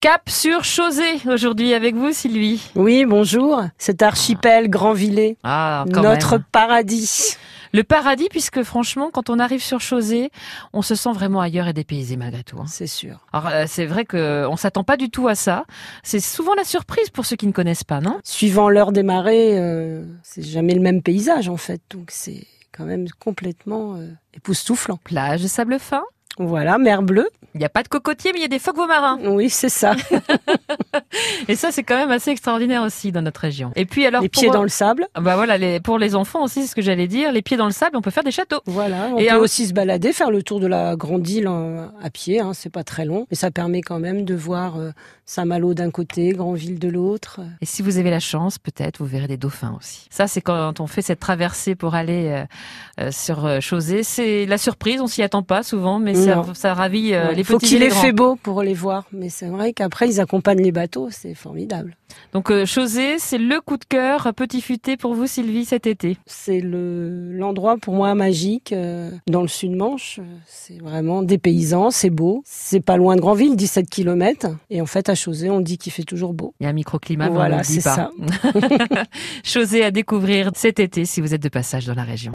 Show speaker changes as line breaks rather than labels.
Cap sur Chausée aujourd'hui avec vous Sylvie.
Oui, bonjour. Cet archipel Grandvillé,
Ah,
notre paradis.
Le paradis puisque franchement quand on arrive sur Chausée, on se sent vraiment ailleurs et dépaysé malgré tout. hein.
C'est sûr.
Alors euh, c'est vrai que on s'attend pas du tout à ça. C'est souvent la surprise pour ceux qui ne connaissent pas, non
Suivant l'heure des marées, euh, c'est jamais le même paysage en fait, donc c'est quand même complètement euh, époustouflant.
Plage de sable fin.
Voilà, mer bleue.
Il n'y a pas de cocotier mais il y a des phoques marins.
Oui, c'est ça.
Et ça c'est quand même assez extraordinaire aussi dans notre région. Et puis alors
Les
pour
pieds dans le sable.
Ah bah voilà les- pour les enfants aussi c'est ce que j'allais dire. Les pieds dans le sable, on peut faire des châteaux.
Voilà, on
Et
peut
un-
aussi se balader, faire le tour de la grande île en- à pied, hein, c'est pas très long, mais ça permet quand même de voir euh, Saint-Malo d'un côté, Grandville de l'autre.
Et si vous avez la chance, peut-être vous verrez des dauphins aussi. Ça, c'est quand on fait cette traversée pour aller euh, euh, sur euh, Chausée. C'est la surprise, on s'y attend pas souvent, mais ça,
Non.
ça ravit euh,
Ouais,
les
faut
petits et
qu'il
les
ait
grands.
fait beau pour les voir, mais c'est vrai qu'après ils accompagnent les bateaux, c'est formidable.
Donc euh, Chausée, c'est le coup de cœur euh, petit futé pour vous, Sylvie, cet été.
C'est le l'endroit pour moi magique euh, dans le sud Manche. C'est vraiment dépaysant, c'est beau. C'est pas loin de Grandville, 17 km. Et en fait, à Chausée, on dit qu'il fait toujours beau.
Il y a un microclimat, mais on
Voilà,
ne le dit
c'est
pas.
ça.
Chausée à découvrir cet été si vous êtes de passage dans la région.